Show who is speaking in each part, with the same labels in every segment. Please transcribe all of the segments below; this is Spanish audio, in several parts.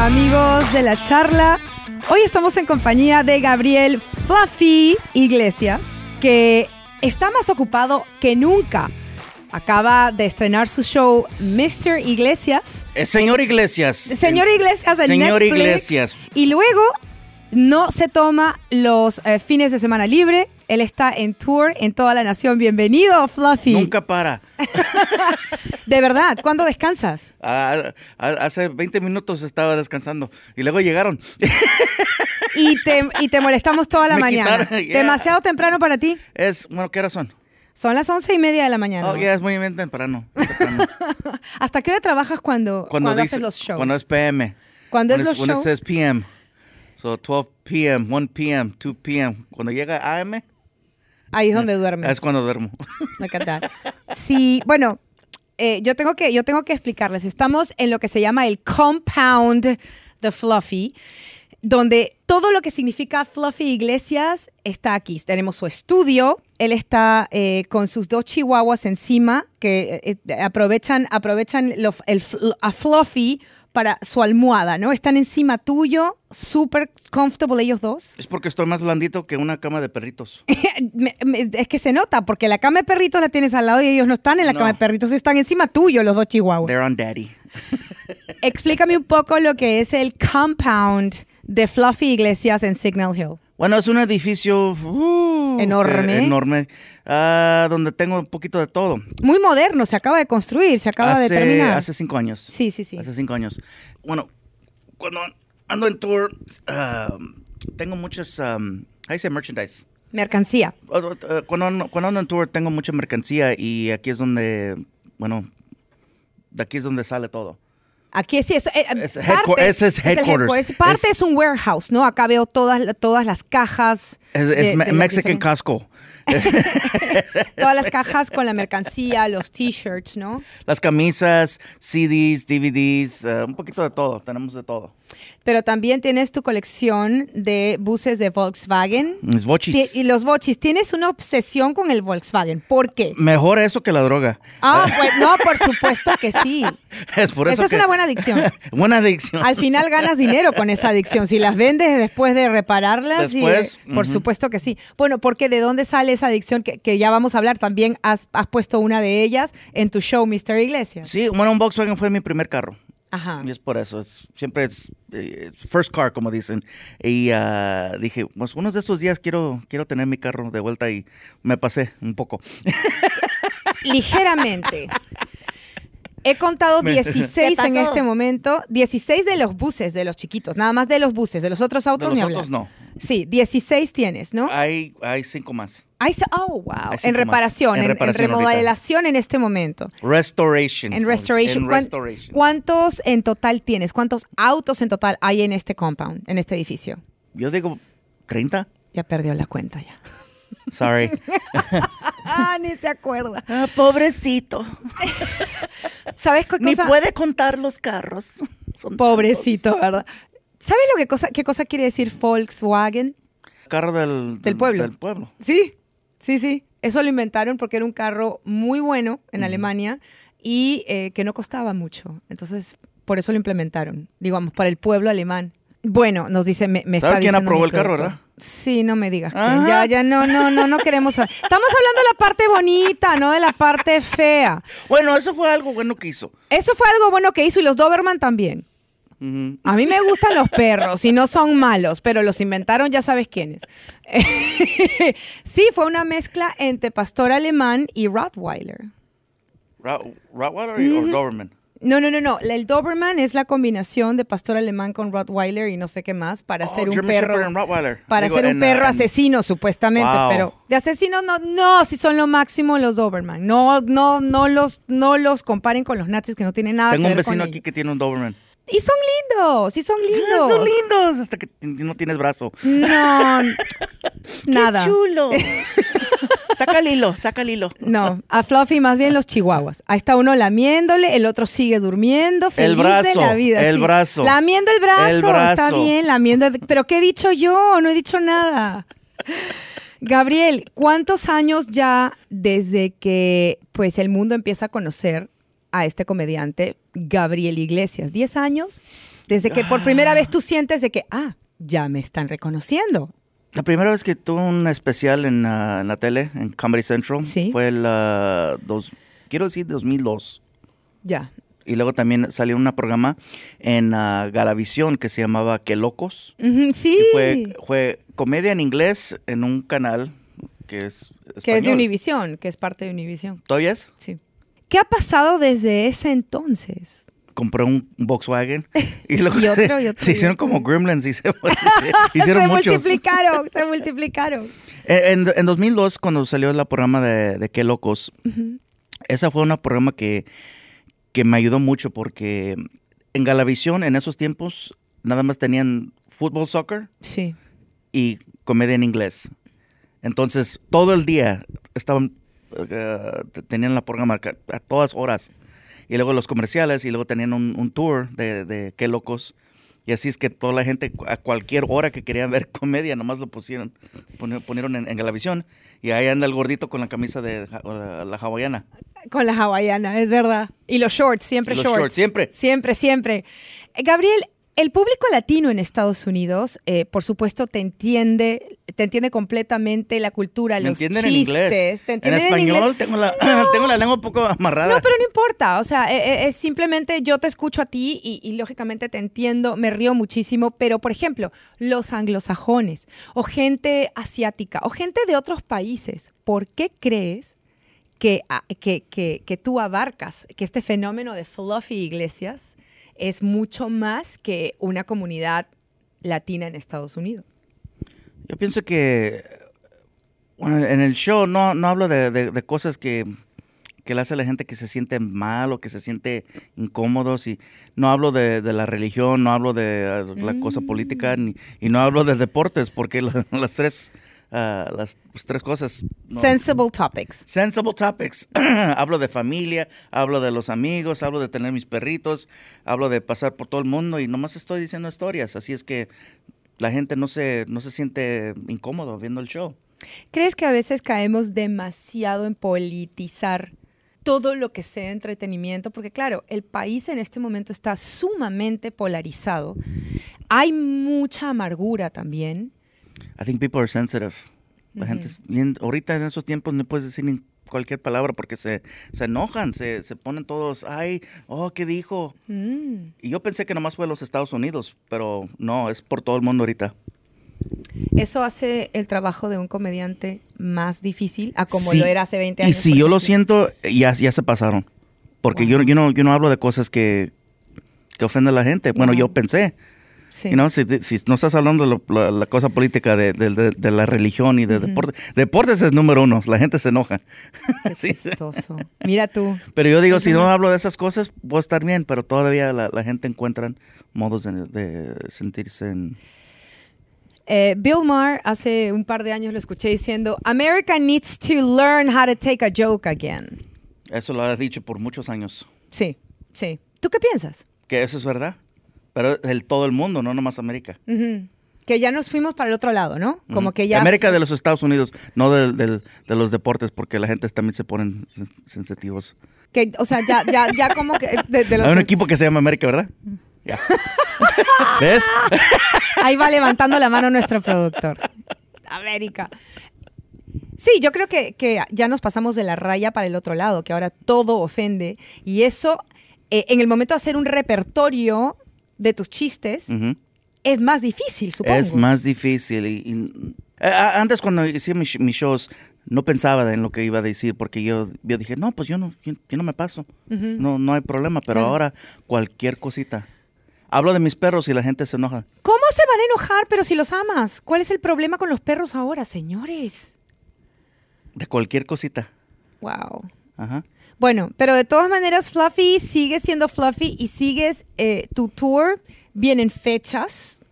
Speaker 1: amigos de la charla. Hoy estamos en compañía de Gabriel Fluffy Iglesias, que está más ocupado que nunca. Acaba de estrenar su show Mr. Iglesias.
Speaker 2: Eh, señor Iglesias. Eh,
Speaker 1: Señor Iglesias en
Speaker 2: Señor
Speaker 1: Netflix.
Speaker 2: Iglesias.
Speaker 1: Y luego no se toma los eh, fines de semana libre. Él está en tour en toda la nación. Bienvenido, Fluffy.
Speaker 2: Nunca para.
Speaker 1: De verdad, ¿cuándo descansas?
Speaker 2: Ah, ah, hace 20 minutos estaba descansando y luego llegaron.
Speaker 1: Y te, y te molestamos toda la
Speaker 2: Me
Speaker 1: mañana.
Speaker 2: quitaron, yeah.
Speaker 1: Demasiado temprano para ti.
Speaker 2: Es, bueno, ¿qué hora son?
Speaker 1: Son las once y media de la mañana.
Speaker 2: Oh, ya es muy bien temprano. temprano.
Speaker 1: ¿Hasta qué hora trabajas cuando, cuando,
Speaker 2: dice-
Speaker 1: haces los shows?
Speaker 2: Cuando es PM.
Speaker 1: Cuando es los
Speaker 2: Cuando
Speaker 1: shows.
Speaker 2: es PM. So 12 PM, 1 PM, 2 PM. Cuando llega AM
Speaker 1: Ahí es donde duermes.
Speaker 2: es cuando duermo.
Speaker 1: Me encanta. Sí, bueno, eh, yo, tengo que, yo tengo que explicarles. Estamos en lo que se llama el Compound de Fluffy, donde todo lo que significa Fluffy Iglesias está aquí. Tenemos su estudio, él está eh, con sus dos chihuahuas encima, que eh, eh, aprovechan, aprovechan lo- el fl- a Fluffy para su almohada, ¿no? Están encima tuyo, súper comfortable ellos dos.
Speaker 2: Es porque estoy más blandito que una cama de perritos.
Speaker 1: Me- me- es que se nota, porque la cama de perritos la tienes al lado y ellos no están en la
Speaker 2: No.
Speaker 1: cama de perritos, están encima tuyo los dos chihuahuas.
Speaker 2: They're on daddy.
Speaker 1: Explícame un poco lo que es el compound de Fluffy Iglesias en Signal Hill.
Speaker 2: Bueno, es un edificio uh,
Speaker 1: Enorme.
Speaker 2: eh, enorme, ah, donde tengo un poquito de todo.
Speaker 1: Muy moderno, se acaba de construir, se acaba de
Speaker 2: hace,
Speaker 1: terminar.
Speaker 2: hace cinco años.
Speaker 1: Sí, sí, sí.
Speaker 2: Hace cinco años. Bueno, cuando ando en tour, ah, tengo muchas, um, ahí dice merchandise.
Speaker 1: Mercancía.
Speaker 2: Ah, ah, Cuando, ando- cuando ando en tour tengo mucha mercancía y aquí es donde, bueno, de aquí es donde sale todo.
Speaker 1: Aquí sí, eso, eh,
Speaker 2: Es
Speaker 1: parte-
Speaker 2: headquar- ese es
Speaker 1: el
Speaker 2: headquarters.
Speaker 1: headquarters. Parte es,
Speaker 2: Es-
Speaker 1: un warehouse, ¿no? Acá veo todas, todas las cajas.
Speaker 2: Es,
Speaker 1: de-
Speaker 2: es
Speaker 1: de
Speaker 2: me-
Speaker 1: las
Speaker 2: Mexican
Speaker 1: diferentes-
Speaker 2: Costco.
Speaker 1: Todas las cajas con la mercancía, los t-shirts, ¿no?
Speaker 2: Las camisas, CDs, DVDs, ah, un poquito de todo, tenemos de todo.
Speaker 1: Pero también tienes tu colección de buses de Volkswagen.
Speaker 2: Mis
Speaker 1: Ti-
Speaker 2: bochis.
Speaker 1: Y los bochis, tienes una obsesión con el Volkswagen. ¿Por qué?
Speaker 2: Mejor eso que la droga.
Speaker 1: Ah, pues no, por supuesto que sí.
Speaker 2: Es por eso
Speaker 1: Esa es
Speaker 2: que-
Speaker 1: una buena adicción.
Speaker 2: buena adicción.
Speaker 1: Al final ganas dinero con esa adicción. Si las vendes después de repararlas, y,
Speaker 2: Después,
Speaker 1: eh, por
Speaker 2: ujú.
Speaker 1: supuesto que sí. Bueno, porque de dónde sale esa adicción que, que ya vamos a hablar. También has, has puesto una de ellas en tu show, Mr. Iglesias.
Speaker 2: Sí, bueno, un Volkswagen fue mi primer carro.
Speaker 1: Ajá.
Speaker 2: Y es por eso, es- siempre es eh, first car, como dicen. Y ah, dije, pues unos de estos días quiero, quiero tener mi carro de vuelta y me pasé un poco.
Speaker 1: ligeramente. He contado
Speaker 2: Me-
Speaker 1: 16
Speaker 3: ¿Qué
Speaker 1: en
Speaker 3: pasó?
Speaker 1: este momento, 16 de los buses, de los chiquitos, nada más de los buses, de los otros autos
Speaker 2: de
Speaker 1: ni
Speaker 2: los
Speaker 1: hablar.
Speaker 2: otros no. Ah.
Speaker 1: Sí, 16 tienes, ¿no?
Speaker 2: Hay, hay cinco más.
Speaker 1: Ahí se- oh, wow.
Speaker 2: Hay cinco
Speaker 1: En
Speaker 2: más.
Speaker 1: reparación,
Speaker 2: En
Speaker 1: en, en
Speaker 2: reparación ahorita.
Speaker 1: remodelación en este momento.
Speaker 2: Restoration.
Speaker 1: En restoration.
Speaker 2: En
Speaker 1: ¿Cuán-
Speaker 2: restoration.
Speaker 1: ¿Cuántos en total tienes? ¿Cuántos autos en total hay en este compound, en este edificio?
Speaker 2: Yo digo, ¿30?
Speaker 1: Ya perdió la cuenta ya.
Speaker 2: Sorry.
Speaker 1: ah, ni se acuerda.
Speaker 3: Ah, pobrecito.
Speaker 1: ¿Sabes qué cosa?
Speaker 3: Ni puede contar los carros. Son
Speaker 1: Pobrecito, ¿verdad? ¿Sabes lo que cosa, qué cosa quiere decir Volkswagen?
Speaker 2: Carro del,
Speaker 1: Del pueblo.
Speaker 2: Del pueblo.
Speaker 1: Sí, sí, sí. Eso lo inventaron porque era un carro muy bueno en Alemania y eh, que no costaba mucho. Entonces, por eso lo implementaron, digamos, para el pueblo alemán. Bueno, nos dice, me, me está
Speaker 2: ¿Sabes quién
Speaker 1: diciendo
Speaker 2: aprobó
Speaker 1: mi
Speaker 2: el carro,
Speaker 1: productor.
Speaker 2: verdad?
Speaker 1: Sí, no me digas.
Speaker 2: Ajá.
Speaker 1: quién. Ya, ya, no, no, no, no queremos saber. Estamos hablando de la parte bonita, no de la parte fea.
Speaker 2: Bueno, eso fue algo bueno que hizo.
Speaker 1: Eso fue algo bueno que hizo y los Doberman también.
Speaker 2: Ujú.
Speaker 1: A mí me gustan los perros y no son malos, pero los inventaron ya sabes quiénes. sí, fue una mezcla entre pastor alemán y Rottweiler.
Speaker 2: Ra- Rottweiler
Speaker 1: Mm-hmm.
Speaker 2: o Doberman.
Speaker 1: No, no, no, no. La- El Doberman es la combinación de pastor alemán con Rottweiler y no sé qué más para
Speaker 2: Oh,
Speaker 1: ser un
Speaker 2: German Shepherd and
Speaker 1: perro.
Speaker 2: Rottweiler.
Speaker 1: Para
Speaker 2: Digo,
Speaker 1: ser un
Speaker 2: and,
Speaker 1: perro
Speaker 2: uh, and-
Speaker 1: asesino, supuestamente,
Speaker 2: Wow.
Speaker 1: pero de asesinos no, no, si son lo máximo los Doberman. No, no, no los, no los comparen con los nazis que no tienen nada
Speaker 2: Tengo
Speaker 1: que
Speaker 2: un
Speaker 1: ver con
Speaker 2: vecino
Speaker 1: ellos.
Speaker 2: aquí que tiene un Doberman.
Speaker 1: Y son lindos, sí son lindos.
Speaker 2: Ah, Son lindos hasta que t- no tienes brazo.
Speaker 1: No, nada.
Speaker 3: Qué chulo. saca el hilo, saca el hilo.
Speaker 1: No, a Fluffy más bien los chihuahuas. Ahí está uno lamiéndole, el otro sigue durmiendo, feliz
Speaker 2: El
Speaker 1: de
Speaker 2: brazo,
Speaker 1: la vida.
Speaker 2: el brazo.
Speaker 1: Lamiendo el brazo,
Speaker 2: El brazo.
Speaker 1: está bien, lamiendo. el- Pero ¿qué he dicho yo? No he dicho nada. Gabriel, ¿cuántos años ya desde que pues el mundo empieza a conocer a este comediante Gabriel Iglesias? ¿10 años? Desde que por
Speaker 2: Ah.
Speaker 1: primera vez tú sientes de que, ah, ya me están reconociendo.
Speaker 2: La primera vez que tuve un especial en, ah, en la tele, en Comedy Central,
Speaker 1: Sí.
Speaker 2: fue el, ah, dos, quiero decir 2002.
Speaker 1: Ya.
Speaker 2: Y luego también salió un programa en ah, Galavisión que se llamaba Qué Locos.
Speaker 1: Ujú, sí.
Speaker 2: Y fue, fue comedia en inglés en un canal que es
Speaker 1: Que es de
Speaker 2: español.
Speaker 1: Univisión, que es parte de Univisión.
Speaker 2: ¿Todavía es?
Speaker 1: Sí. ¿Qué ha pasado desde ese entonces?
Speaker 2: compró un Volkswagen y, luego
Speaker 1: Y otro,
Speaker 2: se,
Speaker 1: y otro,
Speaker 2: se
Speaker 1: y
Speaker 2: hicieron
Speaker 1: otro.
Speaker 2: como gremlins y se, hicieron
Speaker 1: se
Speaker 2: muchos.
Speaker 1: multiplicaron, se multiplicaron.
Speaker 2: Eh, En, en 2002, cuando salió el programa de, de Qué Locos, esa fue una programa que, que me ayudó mucho porque en Galavisión en esos tiempos nada más tenían fútbol, soccer
Speaker 1: Sí.
Speaker 2: y comedia en inglés. Entonces, todo el día estaban, eh, te- tenían la programa ca- a todas horas. Y luego los comerciales, y luego tenían un, un tour de, de Qué Locos. Y así es que toda la gente, cu- a cualquier hora que querían ver comedia, nomás lo pusieron, pone- ponieron en, en Galavisión. Y ahí anda el gordito con la camisa de ja- la, la hawaiana.
Speaker 1: Con la hawaiana, es verdad. Y los shorts, siempre
Speaker 2: Y los shorts, siempre.
Speaker 1: Siempre, siempre. Eh, Gabriel, el público latino en Estados Unidos, eh, por supuesto, te entiende, te entiende completamente la cultura,
Speaker 2: ¿Me
Speaker 1: los
Speaker 2: entienden en
Speaker 1: chistes.
Speaker 2: inglés?
Speaker 1: Te entienden
Speaker 2: en español
Speaker 1: inglés.
Speaker 2: Tengo, la, tengo la lengua un poco amarrada.
Speaker 1: No, pero no importa. O sea, eh, eh, es simplemente yo te escucho a ti y, y lógicamente te entiendo, me río muchísimo. Pero, por ejemplo, los anglosajones o gente asiática o gente de otros países, ¿por qué crees que, a- que, que- que tú abarcas que este fenómeno de fluffy iglesias es mucho más que una comunidad latina en Estados Unidos?
Speaker 2: Yo pienso que bueno, en el show no, no hablo de, de- de cosas que, que le hace a la gente que se siente mal o que se siente incómodos y no hablo de, de la religión, no hablo de eh, la cosa política ni- y no hablo de deportes porque la- las tres ah, las tres cosas no-
Speaker 1: Sensible topics.
Speaker 2: Sensible topics. hablo de familia, hablo de los amigos, hablo de tener mis perritos, hablo de pasar por todo el mundo y nomás estoy diciendo historias. Así es que la gente no se, no se siente incómodo viendo el show.
Speaker 1: ¿Crees que a veces caemos demasiado en politizar todo lo que sea entretenimiento? Porque claro, el país en este momento está sumamente polarizado. Hay mucha amargura también.
Speaker 2: I think people are sensitive. La gente es bien- ahorita en esos tiempos no puedes decir ni cualquier palabra porque se, se enojan, se, se ponen todos, ay, oh, ¿qué dijo?
Speaker 1: Mm.
Speaker 2: Y yo pensé que nomás fue en los Estados Unidos, pero no, es por todo el mundo ahorita.
Speaker 1: Eso hace el trabajo de un comediante más difícil a como
Speaker 2: Sí,
Speaker 1: lo era hace 20 años.
Speaker 2: Y si
Speaker 1: por
Speaker 2: yo lo
Speaker 1: ejemplo.
Speaker 2: siento, ya, ya se pasaron. Porque yo,
Speaker 1: Wow.
Speaker 2: yo, no, yo no hablo de cosas que, que ofenden a la gente. Bueno,
Speaker 1: Wow.
Speaker 2: yo pensé.
Speaker 1: Sí.
Speaker 2: You know, si, si no estás hablando de lo- la, la cosa política de, de- de- de la religión y de deporte. Deportes es número uno. La gente se enoja.
Speaker 1: Qué
Speaker 2: Sí.
Speaker 1: chistoso. Mira tú.
Speaker 2: Pero yo digo, si no hablo de esas cosas, voy a estar bien. Pero todavía la, la gente encuentran modos de, de sentirse en...
Speaker 1: Eh, Bill Maher hace un par de años lo escuché diciendo, America needs to learn how to take a joke again.
Speaker 2: Eso lo has dicho por muchos años.
Speaker 1: Sí, sí. ¿Tú qué piensas?
Speaker 2: Que eso es verdad. Pero el, todo el mundo, no nomás América.
Speaker 1: Ujú. Que ya nos fuimos para el otro lado, ¿no? Como
Speaker 2: Ujú.
Speaker 1: que ya...
Speaker 2: América de los Estados Unidos, no del- del- de los deportes, porque la gente también se ponen sen- sensitivos.
Speaker 1: que, o sea, ya, ya, ya como que... de- de los- Mm.
Speaker 2: Hay un equipo que se llama América, ¿verdad? Ya. ¿Ves?
Speaker 1: Ahí va levantando la mano nuestro productor. América. Sí, yo creo que, que ya nos pasamos de la raya para el otro lado, que ahora todo ofende. Y eso, eh, en el momento de hacer un repertorio de tus chistes,
Speaker 2: Ujú.
Speaker 1: es más difícil, supongo.
Speaker 2: Mm. Es más difícil. y- y- a- a- antes cuando hacía mis, mis shows, no pensaba en lo que iba a decir, porque yo, yo dije, no, pues yo no, yo, yo no me paso.
Speaker 1: Ujú.
Speaker 2: No, no hay problema, pero
Speaker 1: Mm. Claro.
Speaker 2: ahora cualquier cosita. Hablo de mis perros y la gente se enoja.
Speaker 1: ¿Cómo se van a enojar, pero si los amas? ¿Cuál es el problema con los perros ahora, señores?
Speaker 2: De cualquier cosita.
Speaker 1: Wow.
Speaker 2: Ajá.
Speaker 1: Bueno, pero de todas maneras, Fluffy sigue siendo Fluffy y sigues eh, tu tour. Vienen fechas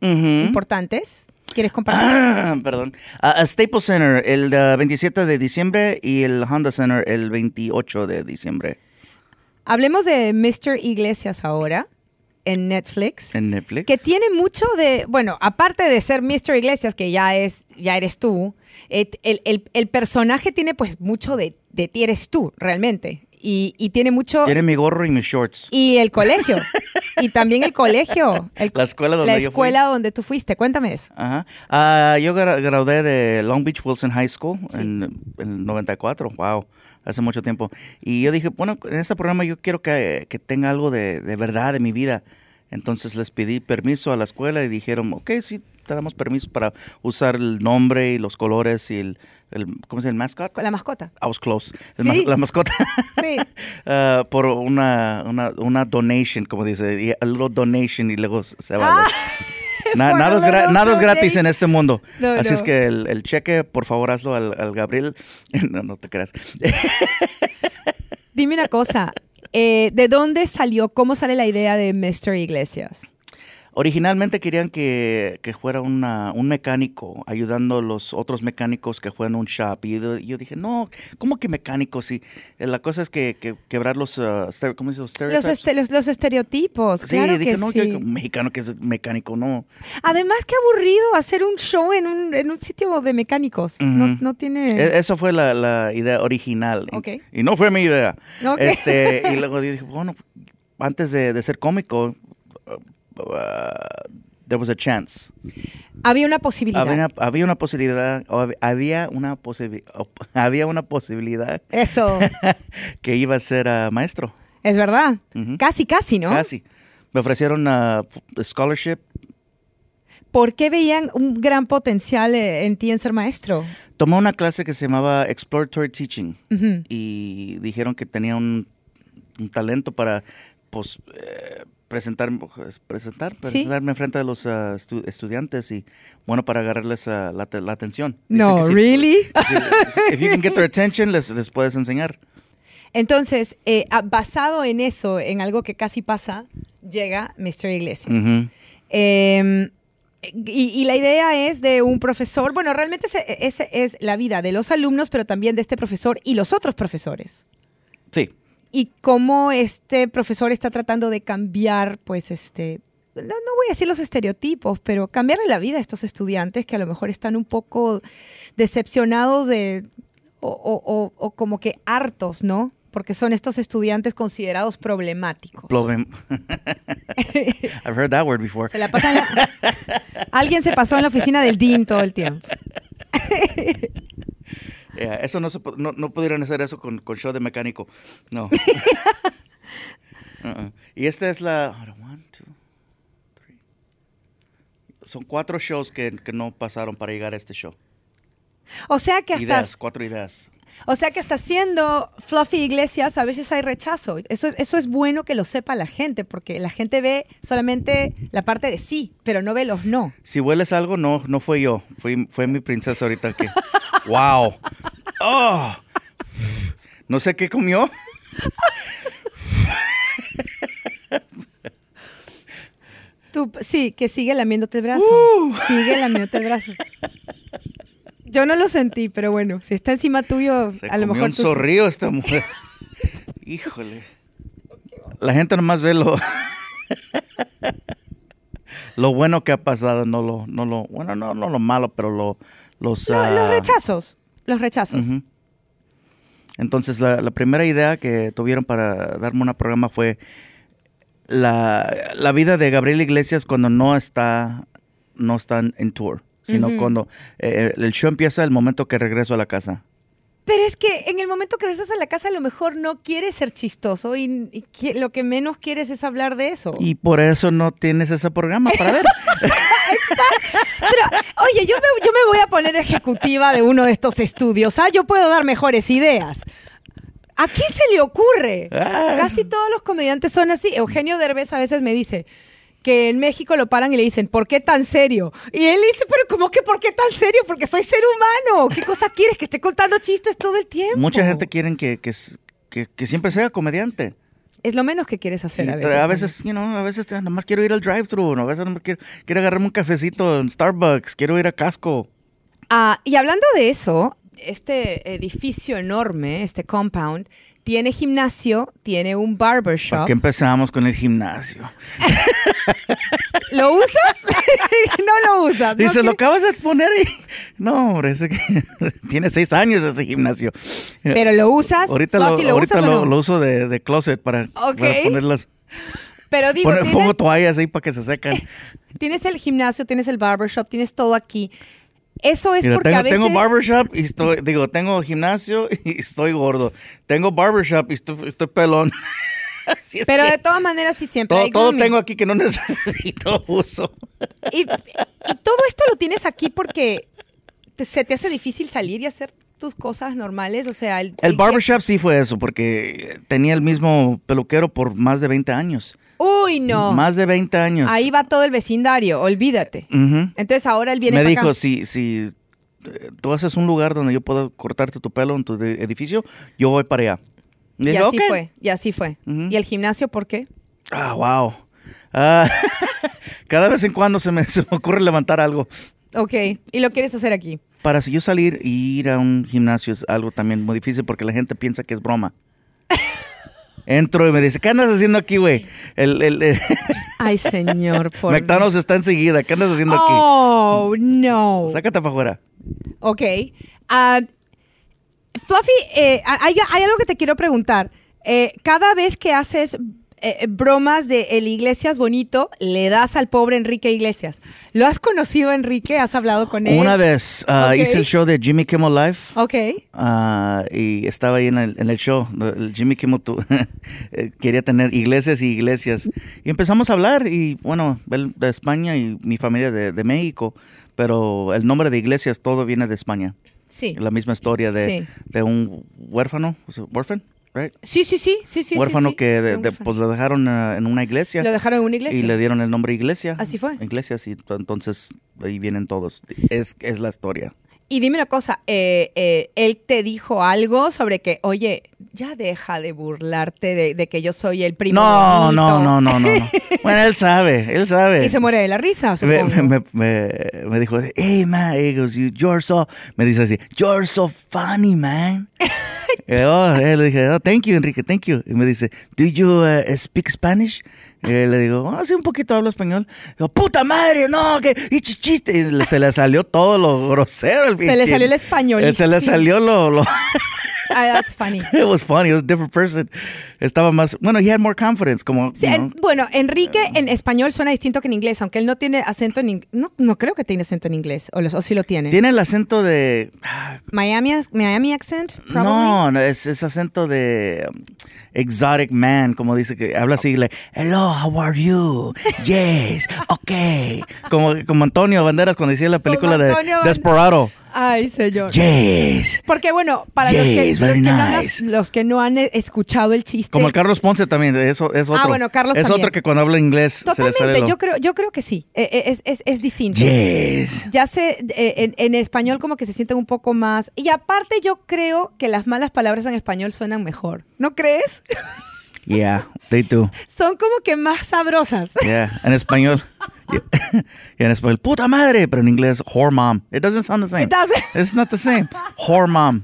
Speaker 2: Ujú.
Speaker 1: importantes. ¿Quieres compartir?
Speaker 2: ¿Mm? Ah, Perdón. A- a Staples Center el de 27 de diciembre y el Honda Center el 28 de diciembre
Speaker 1: Hablemos de Mr. Iglesias ahora en Netflix.
Speaker 2: en Netflix.
Speaker 1: que tiene mucho de, bueno, aparte de ser Mr. Iglesias, que ya es, ya eres tú, et- el, el- el personaje tiene pues mucho de, de ti eres tú, realmente. y, y tiene mucho...
Speaker 2: Tiene mi gorro y mis shorts.
Speaker 1: Y el colegio. y también el colegio. el-
Speaker 2: La escuela donde
Speaker 1: la
Speaker 2: yo
Speaker 1: escuela donde tú fuiste. Cuéntame eso.
Speaker 2: fui. Ajá. Ah, yo gra- gradué de Long Beach Wilson High School
Speaker 1: Sí.
Speaker 2: en el 94. Wow. Hace mucho tiempo. Y yo dije, bueno, en este programa yo quiero que, que tenga algo de, de verdad de mi vida. Entonces les pedí permiso a la escuela y dijeron, ok, sí, te damos permiso para usar el nombre y los colores y el, el- ¿cómo se dice? ¿El mascot?
Speaker 1: Con la mascota.
Speaker 2: I was close. El
Speaker 1: Sí.
Speaker 2: mas- la mascota.
Speaker 1: Sí.
Speaker 2: Ah, por una, una, una donation, como dice, y a little donation y luego se va.
Speaker 1: Ah,
Speaker 2: Na-
Speaker 1: for a
Speaker 2: nada, es gra-
Speaker 1: little
Speaker 2: nada es gratis
Speaker 1: donation.
Speaker 2: en este mundo.
Speaker 1: No,
Speaker 2: Así
Speaker 1: no.
Speaker 2: es que el, el cheque, por favor, hazlo al, al Gabriel. No, no te creas.
Speaker 1: Dime una cosa. eh, ¿De dónde salió, cómo sale la idea de Mr. Iglesias?
Speaker 2: Originalmente querían que, que fuera una, un mecánico ayudando a los otros mecánicos que juegan un shop. Y yo, yo dije, no, ¿cómo que mecánico? Sí, la cosa es que, que- quebrar los, ah, estere- ¿cómo se dice?
Speaker 1: Los,
Speaker 2: Stereotypes.
Speaker 1: este- los, los estereotipos,
Speaker 2: Sí,
Speaker 1: claro
Speaker 2: dije,
Speaker 1: que
Speaker 2: no,
Speaker 1: sí.
Speaker 2: yo- yo- mexicano que es mecánico, no.
Speaker 1: Además, qué aburrido hacer un show en un, en un sitio de mecánicos. no,
Speaker 2: Ujú.
Speaker 1: no tiene...
Speaker 2: E- Esa fue la, la idea original. Y-
Speaker 1: Ok.
Speaker 2: Y, no fue mi idea.
Speaker 1: Ok.
Speaker 2: Este, y luego dije, bueno, antes de, de ser cómico, uh, uh, there was a chance.
Speaker 1: Había una posibilidad.
Speaker 2: Había una, había una posibilidad, o hab- había una, posibi- o- había una posibilidad
Speaker 1: Eso,
Speaker 2: que iba a ser uh, maestro.
Speaker 1: es verdad.
Speaker 2: Ujú.
Speaker 1: Casi, casi, ¿no?
Speaker 2: Casi. Me ofrecieron uh, f- scholarship.
Speaker 1: ¿Por qué veían un gran potencial eh, en ti en ser maestro?
Speaker 2: Tomé una clase que se llamaba Exploratory Teaching.
Speaker 1: Ujú.
Speaker 2: y dijeron que tenía un, un talento para pues, eh, presentar, pues, presentar, presentarme frente a los ah, estu- estudiantes y bueno, para agarrarles ah, la, te- la atención. Dicen
Speaker 1: No,
Speaker 2: que si-
Speaker 1: really.
Speaker 2: si- If you can get their attention, les, les puedes enseñar.
Speaker 1: Entonces, eh, a- basado en eso, en algo que casi pasa, llega Mr. Iglesias.
Speaker 2: Ujú.
Speaker 1: Eh, y, y la idea es de un profesor, bueno, realmente ese- esa es la vida de los alumnos, pero también de este profesor y los otros profesores.
Speaker 2: Sí.
Speaker 1: Y cómo este profesor está tratando de cambiar, pues, este, no, no voy a decir los estereotipos, pero cambiarle la vida a estos estudiantes que a lo mejor están un poco decepcionados de, o, o- o- o como que hartos, ¿no? Porque son estos estudiantes considerados problemáticos.
Speaker 2: Problem- I've heard that word before.
Speaker 1: Se la pasan la- Alguien se pasó en la oficina del DIN todo el tiempo.
Speaker 2: Yeah, Eh, eso no, se pu- no, no pudieron hacer eso con, con show de mecánico. No. Uh-uh. Y esta es la... hold on, one, two, three. Son cuatro shows que, que no pasaron para llegar a este show.
Speaker 1: O sea que hasta,
Speaker 2: Ideas, cuatro ideas.
Speaker 1: o sea que hasta siendo Fluffy Iglesias a veces hay rechazo. Eso es, eso es bueno que lo sepa la gente, porque la gente ve solamente la parte de sí, pero no ve los no.
Speaker 2: Si hueles algo, no, no fue yo. Fui- fue mi princesa ahorita que... ¡Wow! ¡Oh! No sé qué comió.
Speaker 1: Tú, sí, que sigue lamiéndote el brazo. Sigue lamiéndote el brazo. Yo no lo sentí, pero bueno, si está encima tuyo,
Speaker 2: Se
Speaker 1: a lo
Speaker 2: comió
Speaker 1: mejor
Speaker 2: un
Speaker 1: tú sí.
Speaker 2: zorrillo esta mujer. Híjole. La gente nomás ve lo... lo bueno que ha pasado, no lo... No lo bueno, no, no lo malo, pero lo, los...
Speaker 1: Lo-
Speaker 2: ah,
Speaker 1: los rechazos, los rechazos.
Speaker 2: Ujú. Entonces, la, la primera idea que tuvieron para darme una programa fue la, la vida de Gabriel Iglesias cuando no está, no están en tour, sino
Speaker 1: Ujú.
Speaker 2: cuando eh, el show empieza el momento que regreso a la casa.
Speaker 1: Pero es que en el momento que regresas a la casa a lo mejor no quieres ser chistoso y, y qui- lo que menos quieres es hablar de eso.
Speaker 2: Y por eso no tienes ese programa para ver.
Speaker 1: Pero, oye, yo me, yo me voy a poner ejecutiva de uno de estos estudios. Ah, yo puedo dar mejores ideas. ¿A quién se le ocurre?
Speaker 2: Ah.
Speaker 1: Casi todos los comediantes son así. Eugenio Derbez a veces me dice que en México lo paran y le dicen, ¿por qué tan serio? Y él dice, pero ¿cómo que por qué tan serio? Porque soy ser humano. ¿Qué cosa quieres? Que esté contando chistes todo el tiempo.
Speaker 2: Mucha gente quiere que, que, s- que- que siempre sea comediante.
Speaker 1: Es lo menos que quieres hacer
Speaker 2: Y
Speaker 1: a
Speaker 2: tra-
Speaker 1: veces.
Speaker 2: a
Speaker 1: ¿no?
Speaker 2: veces, you know, a veces te- nomás quiero ir al drive-thru, a veces nomás quiero, quiero agarrarme un cafecito en Starbucks, quiero ir a Casco.
Speaker 1: Ah, y hablando de eso, este edificio enorme, este compound, tiene gimnasio, tiene un
Speaker 2: ¿Por
Speaker 1: barbershop.
Speaker 2: qué empezamos con el gimnasio?
Speaker 1: ¿Lo usas? no lo usas. ¿no?
Speaker 2: Dice,
Speaker 1: ¿Qué-
Speaker 2: lo acabas de poner y No, hombre, ese que tiene seis años ese gimnasio.
Speaker 1: Pero lo usas.
Speaker 2: ahorita
Speaker 1: Ah, Fluffy,
Speaker 2: lo, ahorita
Speaker 1: usas o
Speaker 2: lo,
Speaker 1: no?
Speaker 2: lo uso de, de closet para,
Speaker 1: Ok.
Speaker 2: para ponerlas.
Speaker 1: Pero digo,
Speaker 2: pone-
Speaker 1: tienes,
Speaker 2: pongo toallas ahí para que se secan.
Speaker 1: tienes el gimnasio, tienes el barbershop, tienes todo aquí. Eso es
Speaker 2: Mira,
Speaker 1: porque
Speaker 2: tengo,
Speaker 1: a veces.
Speaker 2: tengo barbershop y estoy, digo, tengo gimnasio y estoy gordo. Tengo barbershop y estoy, estoy pelón. Así es
Speaker 1: pero
Speaker 2: que
Speaker 1: de todas maneras sí siempre
Speaker 2: todo,
Speaker 1: hay
Speaker 2: todo
Speaker 1: grooming.
Speaker 2: tengo aquí que no necesito uso.
Speaker 1: Y, y todo esto lo tienes aquí porque te- se te hace difícil salir y hacer tus cosas normales. O sea, el,
Speaker 2: El
Speaker 1: el-
Speaker 2: barbershop sí fue eso, porque tenía el mismo peluquero por más de 20 años.
Speaker 1: Uy, no.
Speaker 2: Más de 20 años.
Speaker 1: Ahí va todo el vecindario, olvídate.
Speaker 2: Ujú.
Speaker 1: Entonces ahora él viene
Speaker 2: Me
Speaker 1: para
Speaker 2: dijo,
Speaker 1: acá.
Speaker 2: si, si eh, tú haces un lugar donde yo pueda cortarte tu pelo en tu de- edificio, yo voy para allá.
Speaker 1: Y
Speaker 2: Y dije,
Speaker 1: así
Speaker 2: "Ok".
Speaker 1: fue, y así fue.
Speaker 2: Ujú.
Speaker 1: ¿Y el gimnasio por qué?
Speaker 2: Ah, wow. Ah, cada vez en cuando se me, se me ocurre levantar algo.
Speaker 1: Ok, y lo quieres hacer aquí.
Speaker 2: Para si yo salir y ir a un gimnasio es algo también muy difícil porque la gente piensa que es broma. Entro y me dice, ¿qué andas haciendo aquí, güey? El, el, el-
Speaker 1: Ay, señor, por
Speaker 2: McDonald's está enseguida, ¿qué andas haciendo
Speaker 1: Oh, no.
Speaker 2: aquí? Sácate para afuera.
Speaker 1: Ok. Ah, Fluffy, eh, hay, hay algo que te quiero preguntar. Eh, cada vez que haces eh, bromas de El Iglesias Bonito, le das al pobre Enrique Iglesias. ¿Lo has conocido, Enrique? ¿Has hablado con él?
Speaker 2: Una vez ah,
Speaker 1: Ok.
Speaker 2: hice el show de Jimmy Kimmel Live.
Speaker 1: Ok.
Speaker 2: Ah, y estaba ahí en el, en el show, ¿no? el Jimmy Kimmel tu- eh, quería tener iglesias y iglesias. Y empezamos a hablar y bueno, él de España y mi familia de, de México, pero el nombre de iglesias todo viene de España.
Speaker 1: Sí.
Speaker 2: La misma historia de,
Speaker 1: Sí.
Speaker 2: de un huérfano, ¿es orphan, right?
Speaker 1: Sí, sí, sí, sí, sí.
Speaker 2: huérfano
Speaker 1: sí, sí.
Speaker 2: que de-
Speaker 1: De un
Speaker 2: de-
Speaker 1: huérfano.
Speaker 2: pues lo dejaron ah, en una iglesia.
Speaker 1: Lo dejaron en una iglesia.
Speaker 2: Y le dieron el nombre iglesia.
Speaker 1: Así fue.
Speaker 2: Iglesias y t- entonces ahí vienen todos. Es, es la historia.
Speaker 1: Y dime una cosa, eh, eh, él te dijo algo sobre que, oye, ya deja de burlarte de, de que yo soy el primo.
Speaker 2: No,
Speaker 1: bonito.
Speaker 2: no, no, no, no, no. Bueno, él sabe, él sabe.
Speaker 1: Y se muere de la risa,
Speaker 2: me,
Speaker 1: supongo.
Speaker 2: me- me- me- me dijo, hey man, he goes, you, you're so, me dice así, you're so funny man. Y yo, oh, eh, le dije, oh, thank you Enrique, thank you. Y me dice, do you uh, speak Spanish? Y le digo, oh, sí, un poquito hablo español. Digo, puta madre, no, que, y chi- chiste. Y le- se le salió todo lo grosero. el
Speaker 1: Se le
Speaker 2: pinche-
Speaker 1: salió el español,
Speaker 2: Eh, Se le
Speaker 1: sí.
Speaker 2: salió lo, lo
Speaker 1: Ah, that's funny.
Speaker 2: it was funny, it was a different person. Estaba más, bueno, he had more confidence, como,
Speaker 1: Sí,
Speaker 2: you
Speaker 1: en-
Speaker 2: know.
Speaker 1: bueno, Enrique en español suena distinto que en inglés, aunque él no tiene acento en inglés. No, no creo que tiene acento en inglés, o, los- o sí lo tiene.
Speaker 2: Tiene el acento de. ah,
Speaker 1: Miami, ac- Miami accent, probably.
Speaker 2: No, no, es, es acento de um, exotic man, como dice que habla así, like, hello, how are you? Yes, okay. Como, como Antonio Banderas cuando hacía la película de
Speaker 1: Antonio Banderas.
Speaker 2: Desperado.
Speaker 1: Ay, señor.
Speaker 2: Yes.
Speaker 1: Porque bueno, para los,
Speaker 2: Yes,
Speaker 1: que, los,
Speaker 2: very
Speaker 1: que no han,
Speaker 2: nice.
Speaker 1: los que no han eh, escuchado el chiste.
Speaker 2: Como el Carlos Ponce también, eso es otro.
Speaker 1: Eh. Ah, bueno, Carlos
Speaker 2: Es
Speaker 1: también.
Speaker 2: otro que cuando habla inglés se le sale
Speaker 1: Totalmente,
Speaker 2: lo-
Speaker 1: yo creo, yo creo que sí. Eh, eh, Es, es- es distinto.
Speaker 2: Yes.
Speaker 1: Ya sé, eh, en, en español como que se sienten un poco más. Y aparte yo creo que las malas palabras en español suenan mejor. ¿No crees?
Speaker 2: Yeah, they do.
Speaker 1: Son como que más sabrosas.
Speaker 2: Yeah, en español. Yeah. Y en español, puta madre, pero en inglés, whore mom. It doesn't sound the same.
Speaker 1: It doesn't.
Speaker 2: It's not the same. Whore mom.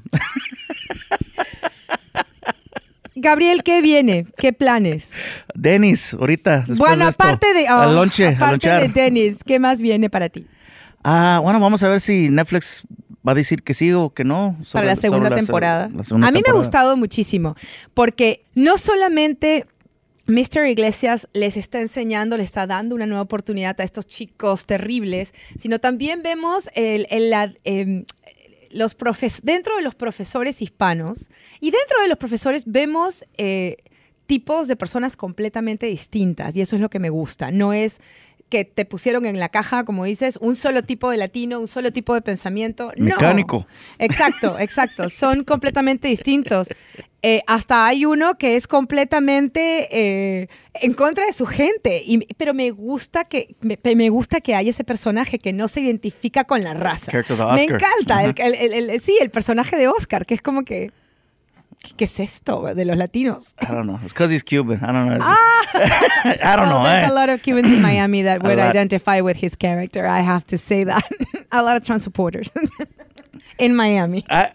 Speaker 1: Gabriel, ¿qué viene? ¿Qué planes?
Speaker 2: Denis, ahorita. después
Speaker 1: bueno,
Speaker 2: de esto,
Speaker 1: aparte de... oh,
Speaker 2: al lonche, al
Speaker 1: aparte
Speaker 2: lonchar.
Speaker 1: de tenis, ¿qué más viene para ti?
Speaker 2: Ah, bueno, vamos a ver si Netflix va a decir que sí o que no. sobre-
Speaker 1: para la segunda
Speaker 2: sobre
Speaker 1: temporada.
Speaker 2: la segunda
Speaker 1: a mí me ha
Speaker 2: temporada.
Speaker 1: gustado muchísimo, porque no solamente Mr. Iglesias les está enseñando, les está dando una nueva oportunidad a estos chicos terribles, sino también vemos el, el- la, em, los profes- dentro de los profesores hispanos y dentro de los profesores vemos eh, tipos de personas completamente distintas y eso es lo que me gusta. No es que te pusieron en la caja, como dices, un solo tipo de latino, un solo tipo de pensamiento. No.
Speaker 2: Mecánico.
Speaker 1: Exacto, exacto. Son completamente distintos. Eh, hasta hay uno que es completamente eh, en contra de su gente, y- pero me gusta que me, me gusta que haya ese personaje que no se identifica con la raza.
Speaker 2: Character de
Speaker 1: Me
Speaker 2: Oscar.
Speaker 1: encanta. el- el- el- el- sí, el personaje de Oscar, que es como que ¿qué, qué es esto de los latinos?
Speaker 2: I don't know. It's because he's Cuban. I don't know. It's just- I
Speaker 1: Well,
Speaker 2: don't know.
Speaker 1: there's Ah.
Speaker 2: eh.
Speaker 1: Oh, a lot of Cubans in Miami that
Speaker 2: A
Speaker 1: would
Speaker 2: lot.
Speaker 1: identify with his character. I have to say that. a lot of trans supporters in Miami.
Speaker 2: Ah,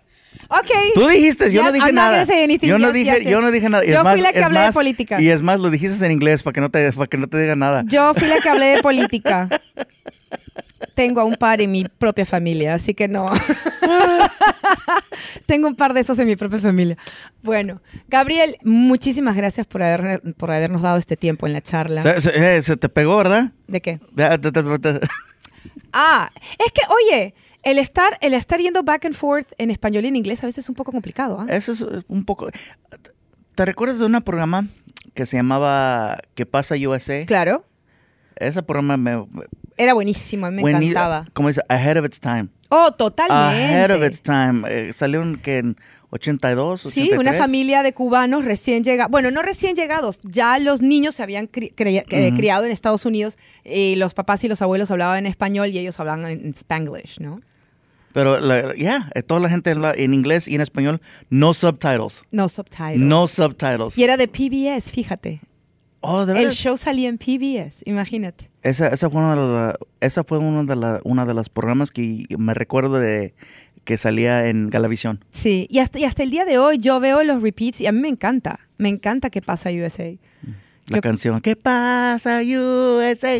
Speaker 1: Okay.
Speaker 2: Tú dijiste, yo
Speaker 1: Ya,
Speaker 2: no dije
Speaker 1: I'm not
Speaker 2: nada.
Speaker 1: gonna say anything,
Speaker 2: Yo no
Speaker 1: yes,
Speaker 2: dije,
Speaker 1: yes,
Speaker 2: yo
Speaker 1: yes.
Speaker 2: no dije nada. Y
Speaker 1: Yo
Speaker 2: es más-
Speaker 1: fui la que
Speaker 2: es
Speaker 1: hablé de
Speaker 2: más-
Speaker 1: política.
Speaker 2: Y es más, lo dijiste en inglés para que no te, para que no te diga nada.
Speaker 1: Yo fui la que hablé de política. tengo a un par en mi propia familia, así que no. tengo un par de esos en mi propia familia. Bueno, Gabriel, muchísimas gracias por, haber, por habernos dado este tiempo en la charla.
Speaker 2: Se, se- eh, se te pegó, ¿verdad?
Speaker 1: ¿De qué?
Speaker 2: Ya, te- te- te-
Speaker 1: Ah, es que, oye, el estar, el estar yendo back and forth en español y en inglés a veces es un poco complicado. ¿ah?
Speaker 2: Eso es eh, un poco... ¿Te recuerdas de un programa que se llamaba ¿Qué pasa USA?
Speaker 1: Claro,
Speaker 2: Ese programa me... me-
Speaker 1: era buenísimo, me
Speaker 2: bueni-
Speaker 1: encantaba.
Speaker 2: Como dice, ahead of its time.
Speaker 1: Oh, totalmente.
Speaker 2: Ahead of its time. Eh, salió en, que en 82,
Speaker 1: Sí, una
Speaker 2: 83.
Speaker 1: familia de cubanos recién llegados, bueno, no recién llegados, ya los niños se habían cri- cre- eh,
Speaker 2: Ujú.
Speaker 1: criado en Estados Unidos y los papás y los abuelos hablaban en español y ellos hablaban en, en spanglish, ¿no?
Speaker 2: Pero, la- ya, eh, toda la gente habla en inglés y en español, no subtitles.
Speaker 1: No subtitles.
Speaker 2: No subtitles.
Speaker 1: y era de PBS, fíjate.
Speaker 2: Oh, de
Speaker 1: El
Speaker 2: veras.
Speaker 1: show salía en PBS, imagínate.
Speaker 2: Esa, esa fue una de, la- esa fue una de, la- una de las programas que me recuerdo de que salía en Galavisión.
Speaker 1: Sí, y hasta, y hasta el día de hoy yo veo los repeats y a mí me encanta. Me encanta que pasa USA.
Speaker 2: La
Speaker 1: Yo-
Speaker 2: canción. ¿Qué pasa, USA?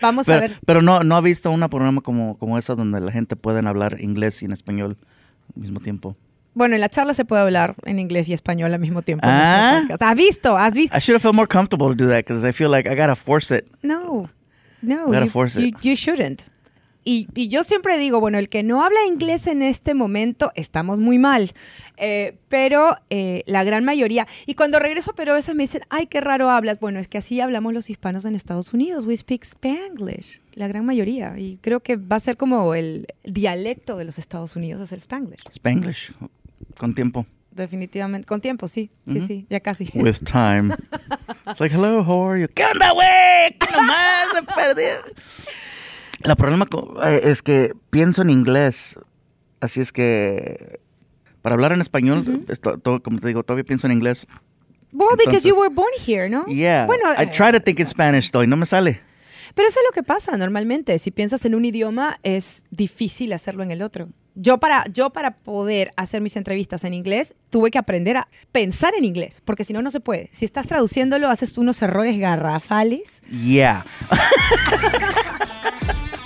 Speaker 1: Vamos a
Speaker 2: Pero,
Speaker 1: ver.
Speaker 2: pero no, no ha visto un programa como, como esa donde la gente pueden hablar inglés y en español al mismo tiempo.
Speaker 1: Bueno, en la charla se puede hablar en inglés y español al mismo tiempo. en
Speaker 2: Ah.
Speaker 1: nuestro podcast. ¿Has visto? ¿Has visto?
Speaker 2: I should have felt more comfortable to do that because I feel like I gotta force it.
Speaker 1: No, no,
Speaker 2: Gotta
Speaker 1: you,
Speaker 2: force it.
Speaker 1: you- you shouldn't. Y, y yo siempre digo, bueno, el que no habla inglés en este momento, estamos muy mal. Eh, pero eh, la gran mayoría, y cuando regreso pero a veces me dicen, ay, qué raro hablas. Bueno, es que así hablamos los hispanos en Estados Unidos. We speak Spanglish, la gran mayoría. Y creo que va a ser como el dialecto de los Estados Unidos, es el Spanglish.
Speaker 2: Spanglish. Con tiempo.
Speaker 1: Definitivamente. Con tiempo, sí, sí,
Speaker 2: Ujú.
Speaker 1: sí, ya casi.
Speaker 2: With time. It's like, hello, how are you? ¿Qué onda, güey? ¿Qué nomás? Se perdió. El problema co- eh, es que pienso en inglés. Así es que para hablar en español, es to- todo- como te digo, todavía pienso en inglés.
Speaker 1: Well, because you
Speaker 2: Entonces-
Speaker 1: were born here, ¿no?
Speaker 2: Yeah.
Speaker 1: Bueno,
Speaker 2: I
Speaker 1: eh,
Speaker 2: try to think in Spanish, though, y no me sale.
Speaker 1: Pero eso es lo que pasa normalmente. Si piensas en un idioma, es difícil hacerlo en el otro. Yo para, yo para poder hacer mis entrevistas en inglés, tuve que aprender a pensar en inglés, porque si no, no se puede. Si estás traduciéndolo, haces unos errores garrafales.
Speaker 2: Yeah.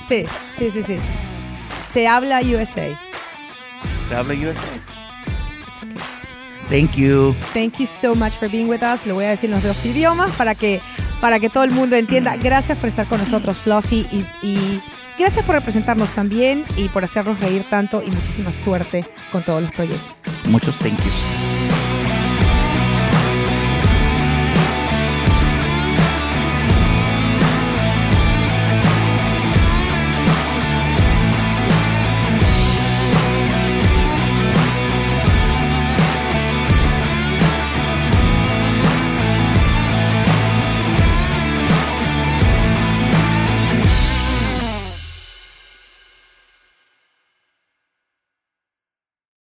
Speaker 1: Sí, sí, sí, sí. Se habla USA.
Speaker 2: Se habla USA.
Speaker 1: It's okay.
Speaker 2: Thank you.
Speaker 1: Thank you so much for being with us. Lo voy a decir en los dos idiomas para que, para que todo el mundo entienda. Gracias por estar con nosotros, Fluffy, y, y gracias por representarnos también y por hacernos reír tanto y muchísima suerte con todos los proyectos.
Speaker 2: Muchos thank yous.